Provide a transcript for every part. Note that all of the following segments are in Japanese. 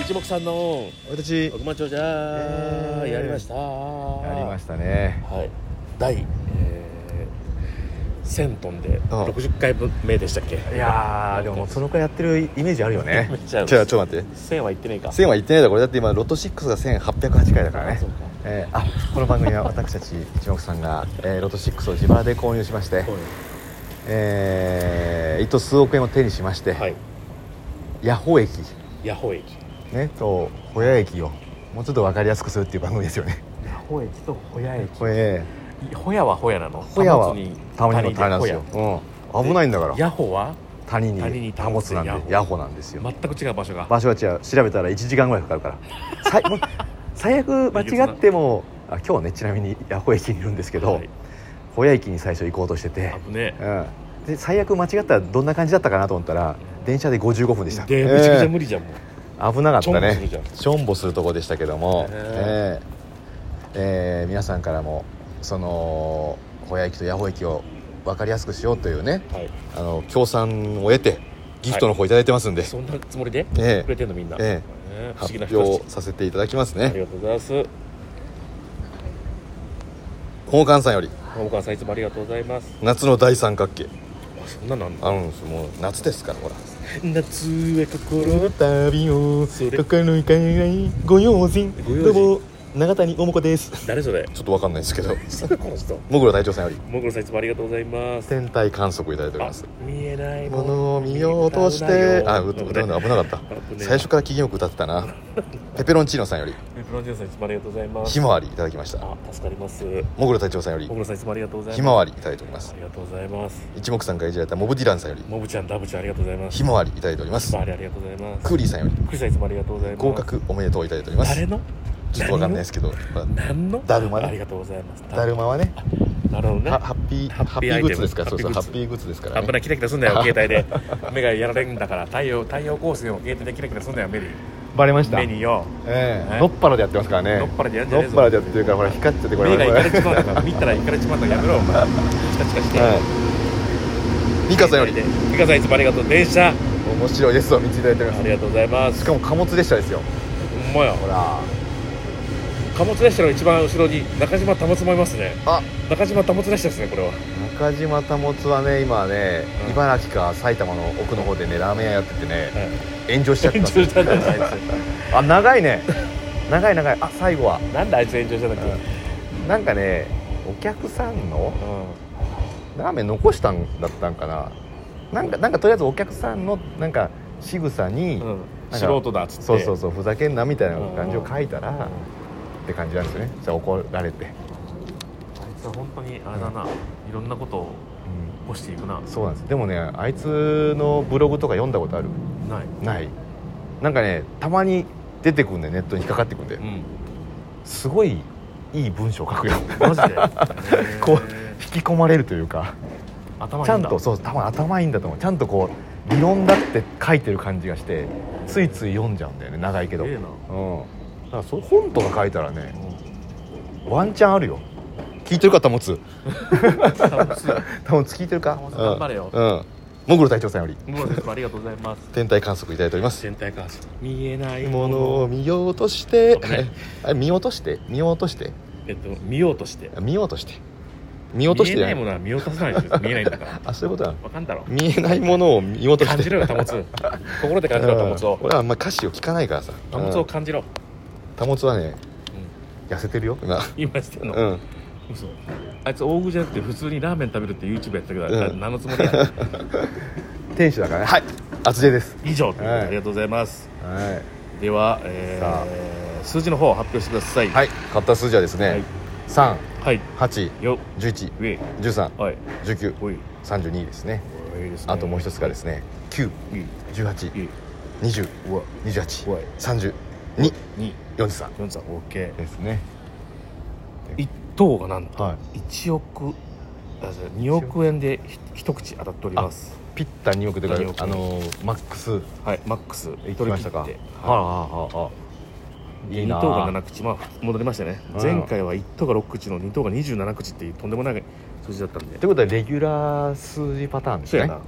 一目さんの俺たち億万長者やりましたやりまししたねたはい第、えー、1000トンでああ60回分目でしたっけいやーでももうそのくらいやってるイメージあるよね めっちゃあるじゃあちょっと待って1000は行ってないか1000は言ってないだろこれだって今ロト6が1808回だからねそうかえーあこの番組は私たち一目さんが、えーロト6を自腹で購入しまして、えー、一等数億円を手にしまして、はいヤホ駅、ヤホ駅ね、とホヤ駅をもうちょっと分かりやすくするっていう番組ですよねヤホ駅とホヤ駅これホヤはホヤなのホヤは保つに谷の谷なんですよ、うん、危ないんだからヤホは谷に谷に保つなヤんホでヤホなんですよ全く違う場所が場所は違う調べたら1時間ぐらいかかる からさいもう最悪間違ってもあ今日ねちなみにヤホ駅にいるんですけど、はいホヤ駅に最初行こうとしてて、危ねえうん、で最悪間違ったらどんな感じだったかなと思ったら電車で55分でしたでめちゃくちゃえ無理じゃんもうえ危なかったチョンボするじゃねんチョンボするとこでしたけども、へええええ皆さんからもそのホヤ駅とヤホ駅を分かりやすくしようというねはいあの協賛を得てギフトの方いただいてますんで、そんなつもりでええくれてんのみんなえね不思議発な人た表ちさせていただきますありねがとうございます本館さんよりお母さんいつもありがとうございます夏の大三角形あそんななんだあるんですよもう夏ですからほら夏へ心旅をそれかのいかないご用心ご用心どうも永谷桃子です誰それちょっとわかんないですけどこの人もぐろ隊長さんよりもぐろさんいつもありがとうございます天体観測いただいておりあます見えないものを見ようとしてあ歌うの危なかった危ねえ最初から機嫌よく歌ってたなペペロンチーノさんよりプロデューサーいつもありがとうございますひまわりいただきましたあ助かりますもぐろ隊長さんよりもぐろさんいつもありがとうございますひまわりいただいておりまあすりがとうございます一目散からいじられたモブディランさんよりもぶちゃんダブちゃんありがとうございますひまわりいただいておりますバーレありがとうございますクーリーさんよりクリさんいつもありがとうございます合格おめでとういただいております誰のちょっとわかんないですけどまあ何のだるまねありがとうございますだるまはねなるほどねはハッピーハハッッピピーアイーテグムッズですからそうそうハハッッピピーーグッズですから危ねないキラキラすんな よ携帯で目がやられるんだから太陽太陽光線を携帯でキラキラすんなよ目にバレました目によえねえのっぱらでやってますからねのっぱらでやんじゃねえぞのっぱらでやってるからほら光っちゃってこれ目がいかれちまうんだはから見たらいかれちまうんだからやめろお前チカチカして、いミカさんより美香さんいつもありがとう電車あ面白いですを見ていただいておりまりがとうございますすしかも貨物列車ですよほんまやほら貨物列車の一番後ろに中島保つもいますねあ中島保つ列車ですねこれは中島保はね今ねうん茨城か埼玉の奥の方でねラーメン屋やっててね炎上しちゃって炎ま上すしたんだあい あ長いね長い長いあ最後はつなんであいつ炎上したんだっけ、なんかねお客さんのラーメン残したんだったんかななんかなんかとりあえずお客さんのなんか仕草に、うんうんなんか素人だっつってそうそそうそうふざけんなみたいな感じを書いたら、って感じなんですよねじゃあ怒られて、あいつは本当にあれだな、いろんなことを起こしていくなそうなんですでもねあいつのブログとか読んだことあるないないなんかねたまに出てくんでネットに引っかかってくんでうんすごいいい文章書くよマジでこうへ引き込まれるというかー頭いいちゃんだとそう多分頭いいんだと思うちゃんとこう理論だって書いてる感じがしてついつい読んじゃうんだよね長いけど、ええうん、なだからそう本とか書いたらねワンチャンあるよ聞いてるか保 つ多分す保つ聞いてるか保つ頑張れようん、うん、モグロ隊長さんよりもう先生ありがとうございます天体観測いただいております全体化見えないものを見ようとして危ないあれ見落として見落としてえっと見ようとして見ようとして見落として見えじなゃいものは見落とさないでしょ見えないんだ からあそういうことなのわかんだろ見えないものを見落として感じろよ保つ心で感じろ保つうをん俺はあんま歌詞を聞かないからさ保つうをん感じろ保つはね痩せてるよ今今してんうの、ん嘘あいつ大食いじゃなくて普通にラーメン食べるって YouTube やってたけど、あれうん何のつもりや 店主だからねはい厚手です以上ということではいありがとうございますはでは、えさー、数字の方を発表してくださいい、はい、買った数字はですはいね、三はい、八よ十一ウェイ十三はい十九おい三十二ですねおいいですねあともう一つがですね九いい十八いい二十うわ二十八はい三十二2四十三4さん OK ですね一等がなんとは1億あじゃあ2億円でひ一口当たっておりますピッタ2億と二いう億かあのーマックスはいマックス取いきりま切しってたかはいあはあはあいいな2等が7口まあ戻りましたねうん前回は1等が6口の2等が27口っていうとんでもない数字だったんでということはレギュラー数字パターンですそうやねな、うん、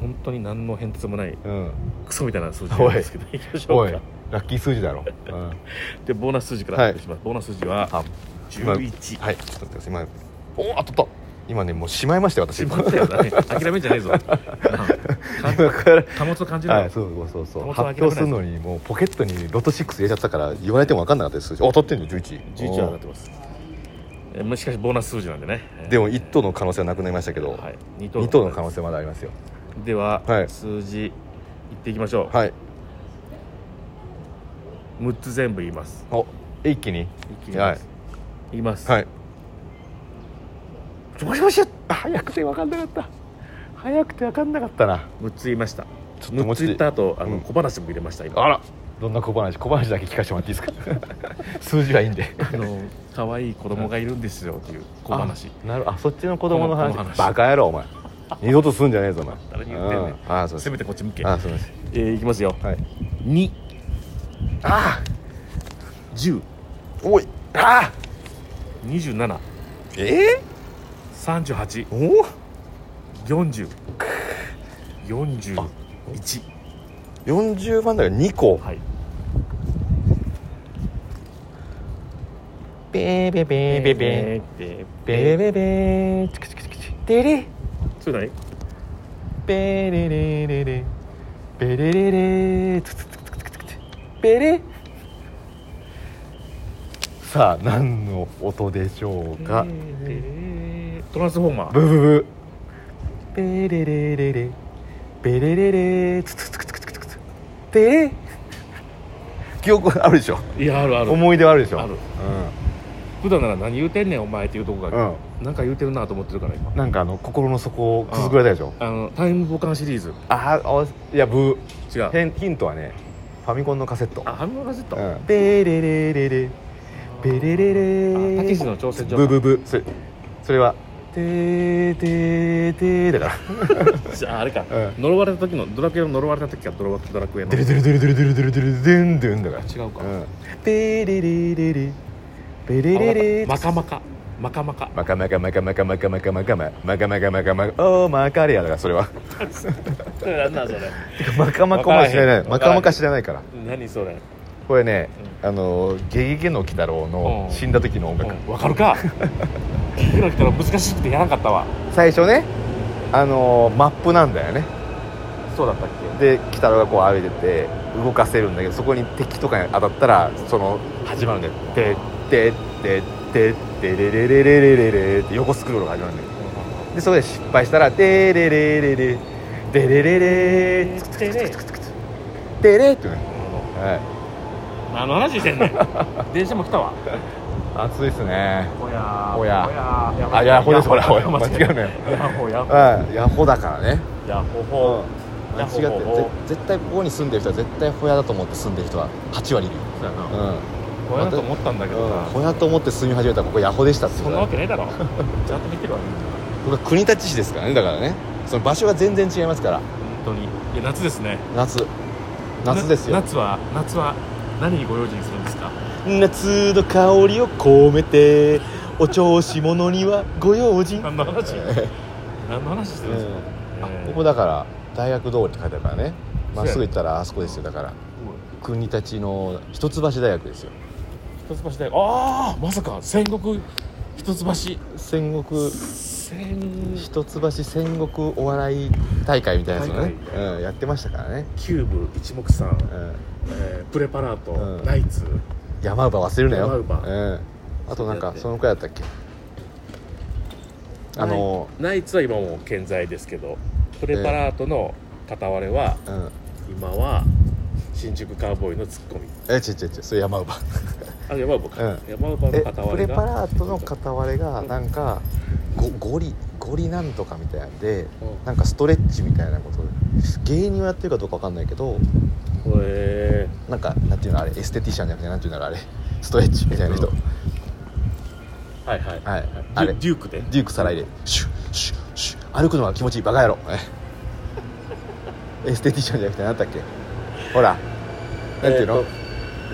本当に何の変哲もないうんクソみたいな数字 おいなんですけどいきましょうかラッキー数字だろ、うん、でボーナス数字からはい発表します、ボーナス数字はあ今11はいちょっと待ってください今おおっとっと今ねもうしまいましたよ私しまったよだね 諦めんじゃねえぞなあ 今から貨物を感じるな、はい、そうそうそうそう手元は発諦めない表するのにもうポケットにロト6入れちゃったから言われても分かんなかったですあ当たってんの11 11は上がってますえもしかしボーナス数字なんでねおーでも1等の可能性はなくなりましたけど、はい、2等二2等の可能性まだありますよでは、はい数字いっていきましょう、はい6つ全部言いますお一気に一気に言います、言います、はいもしもし早くて分かんなかった早くて分かんなかったな6つ言いましたちょっと6もうつちょ言っったと後あの、うん小話も入れました今あらどんな小話小話だけ聞かせてもらっていいですか 数字はいいんであの可愛い子供がいるんですよっていう小話あなるあそっちの子供の話この話バカ野郎お前二度とすんじゃねえぞお前誰に言ってんねんうんあそうですせめてこっち向けあそうですえーいきますよはい2あ10ーおいあ27ーえ3 8ー、おお4 0 4 1 1 40番だから2個はいベーベーベーベーベーーベーベーベーチクチクチクチデレそれ何ベレレレレベレレレツツツツツツツツベレさあ何の音でしょうかえートランスフォーマーブブブベレレレレベレレレツツツツツツツツベレ記憶あるでしょいやあるある思い出はあるでしょあるう普段なら何言うてんねんお前っていうとこん、が、うん、なんか言うてるなと思ってるから今なんかあの心の底をくすぐられたでしょあのタイムボカンシリーズああいやブ違うへんヒントはねファミコンのカセットあハミガカセット、あベレレレレベレレレたけしの挑戦状ブブブそれそれはテーテーテーだかじゃああれか、う呪われた時のドラクエの呪われた時かドラドラクエらのデ違ルデルデルデルデルデルデルデンデンだからうか、うんベレレレレベレレレマカマカマカマカマカマカマカマカマカマカマカママカマカマカマカおーマカリアだからそれ は何なんそれマカマカは知らないわマからへんカマカ知らないから何それこれねあの「ゲゲゲの鬼太郎」のうん死んだ時の音楽わかる か聞くの来たら難しくてやらなかったわ最初ねあのマップなんだよねそうだったっで鬼太郎がこう歩いてて動かせるんだけどそこに敵とかに当たったらその始まるんだよ「てってってってってレレレレレレレ」って横スクロールが始まるんだよでそこで失敗したら「てレレレレでレレレつくつくつくつくつくつくてれ」ってねはいあの話してんねん電車も来たわ熱いっすねおやーおややばいあヤホですほらほらやば間い違うねヤホヤホはいヤホだからねヤホホ間違ってヤホぜ絶対ここに住んでる人は絶対ホヤだと思って住んでる人は8割いるよそうやなうんホヤだと思ったんだけどな小屋と思って住み始めたらここヤホでしたってそんなわけねえだろちゃんと見てるわ僕は国立市ですからねだからねその場所が全然違いますから本当にいや夏ですね夏夏ですよな夏は夏は何にご用心するんですか夏の香りを込めてお調子者にはご用心何の話え何の話してるんですかあえーここだから大学通りって書いてあるからねまっすぐ行ったらあそこですよだからおい国立の一橋大学ですよ一橋大学ああまさか戦国一橋戦国戦一橋戦国お笑い大会みたいなやつをね大会みたいなうん、やってましたからね、キューブ一目散、うんえープレパラート、うんナイツ山ウバ忘れるなよ山ウバうん、あとなそうんだっかてそのくらいだったっけあのナイツは今もう健在ですけどプレパラートの片割れは、うん今は新宿カウボーイのツッコミえ違う違う違うそれ山ウバあ山馬か、う山馬のえ片プ割レれパがラートの片割れがなんかごゴリゴリなんとかみたいなんでうんなんかストレッチみたいなこと芸人をやってるかどうかわかんないけどへなんかなんていうのあれエステティシャンじゃなくてなんていうんだろうあれストレッチみたいな人、えっーはいはいはいデあュれデュークでデュークさらいでシュッシュッシュッ歩くのが気持ちいいバカ野郎 えエステティシャンじゃなくて何だったっけほらなんていうえのーと、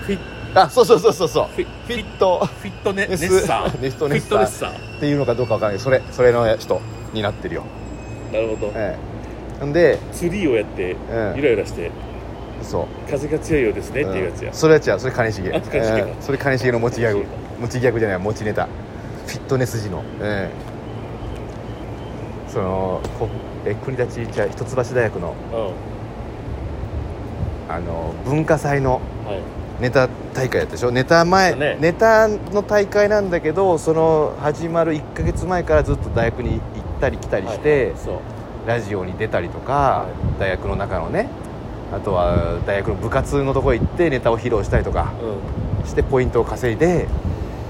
フィあそうそうそうそうそうフィフィットフィットネネネスッサー ネストネッサフィットーネッサーっていうのかどうかわからないそれそれの人になってるよなるほどええんでツリーをやってんゆらゆらしてそう風が強いようですねっていうやつや、うんそれは違うそれ金重、あ兼重かうんそれ金重の持ちギャグ兼持ちギャグじゃない持ちネタフィットネス時の、うんそのこえ国立じゃあ一橋大学のうんあの文化祭のはいネタ大会やったでしょネタ前、そうねネタの大会なんだけどその始まる1か月前からずっと大学に行ったり来たりして、はいそうラジオに出たりとか、は大学の中のねあとは大学の部活のとこ行ってネタを披露したりとかうんしてポイントを稼いで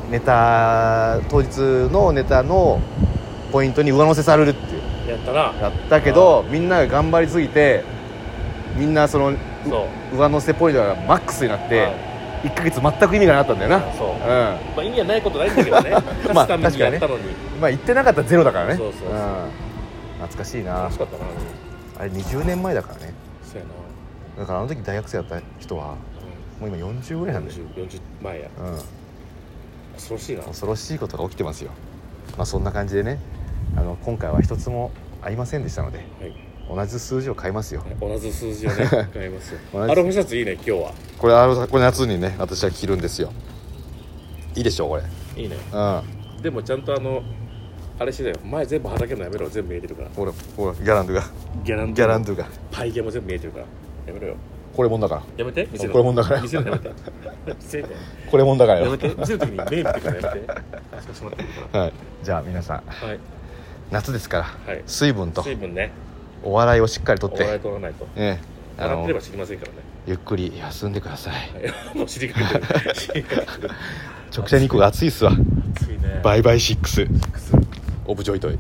ネタ当日のネタのポイントに上乗せされるっていうやったなやったけどみんなが頑張りすぎてみんなそのうそう上乗せポイントがマックスになって、は1ヶ月全く意味がなかったんだよいそうなうんまあ意味はないことないんだけ どねま勝あつためにやったのにまあ言ってなかったらゼロだからねそうそうそうん懐かしいな楽しかったなあれ20年前だからねそうやなだからあの時大学生だった人はもう今40ぐらいなんだよ、 40, 40前やうん、恐ろしいな恐ろしいことが起きてますよまあそんな感じでねあの今回は一つも合いませんでしたのではい同じ数字を買いますよ同じ数 字をね買いますよ同じアロフシャツいいね今日はこれあのこれ夏にね私は着るんですよいいでしょうこれいいねうんでもちゃんとあのあれしてたよ前全部畑のやめろ全部見えてるからほらほらギャランドゥがギャランギャランドドゥがパイゲも全部見えてるからやめろよこれもんだからやめて見せるこれもんだから見せるのやめて 見せるのこれもんだからやよめて見せる時に目見てからやめてあ少し待ってるか はい、じゃあ皆さん らはい夏ですから、はい水分と水分ねお笑いをしっかりとっお笑いて、取らないとええあ洗ってれのば知りませんからねゆっくり休んでくださいはいもう尻かけて る尻かけてる直射日光が暑いっすわ暑いねバイバイシックスックスオブジョイトイ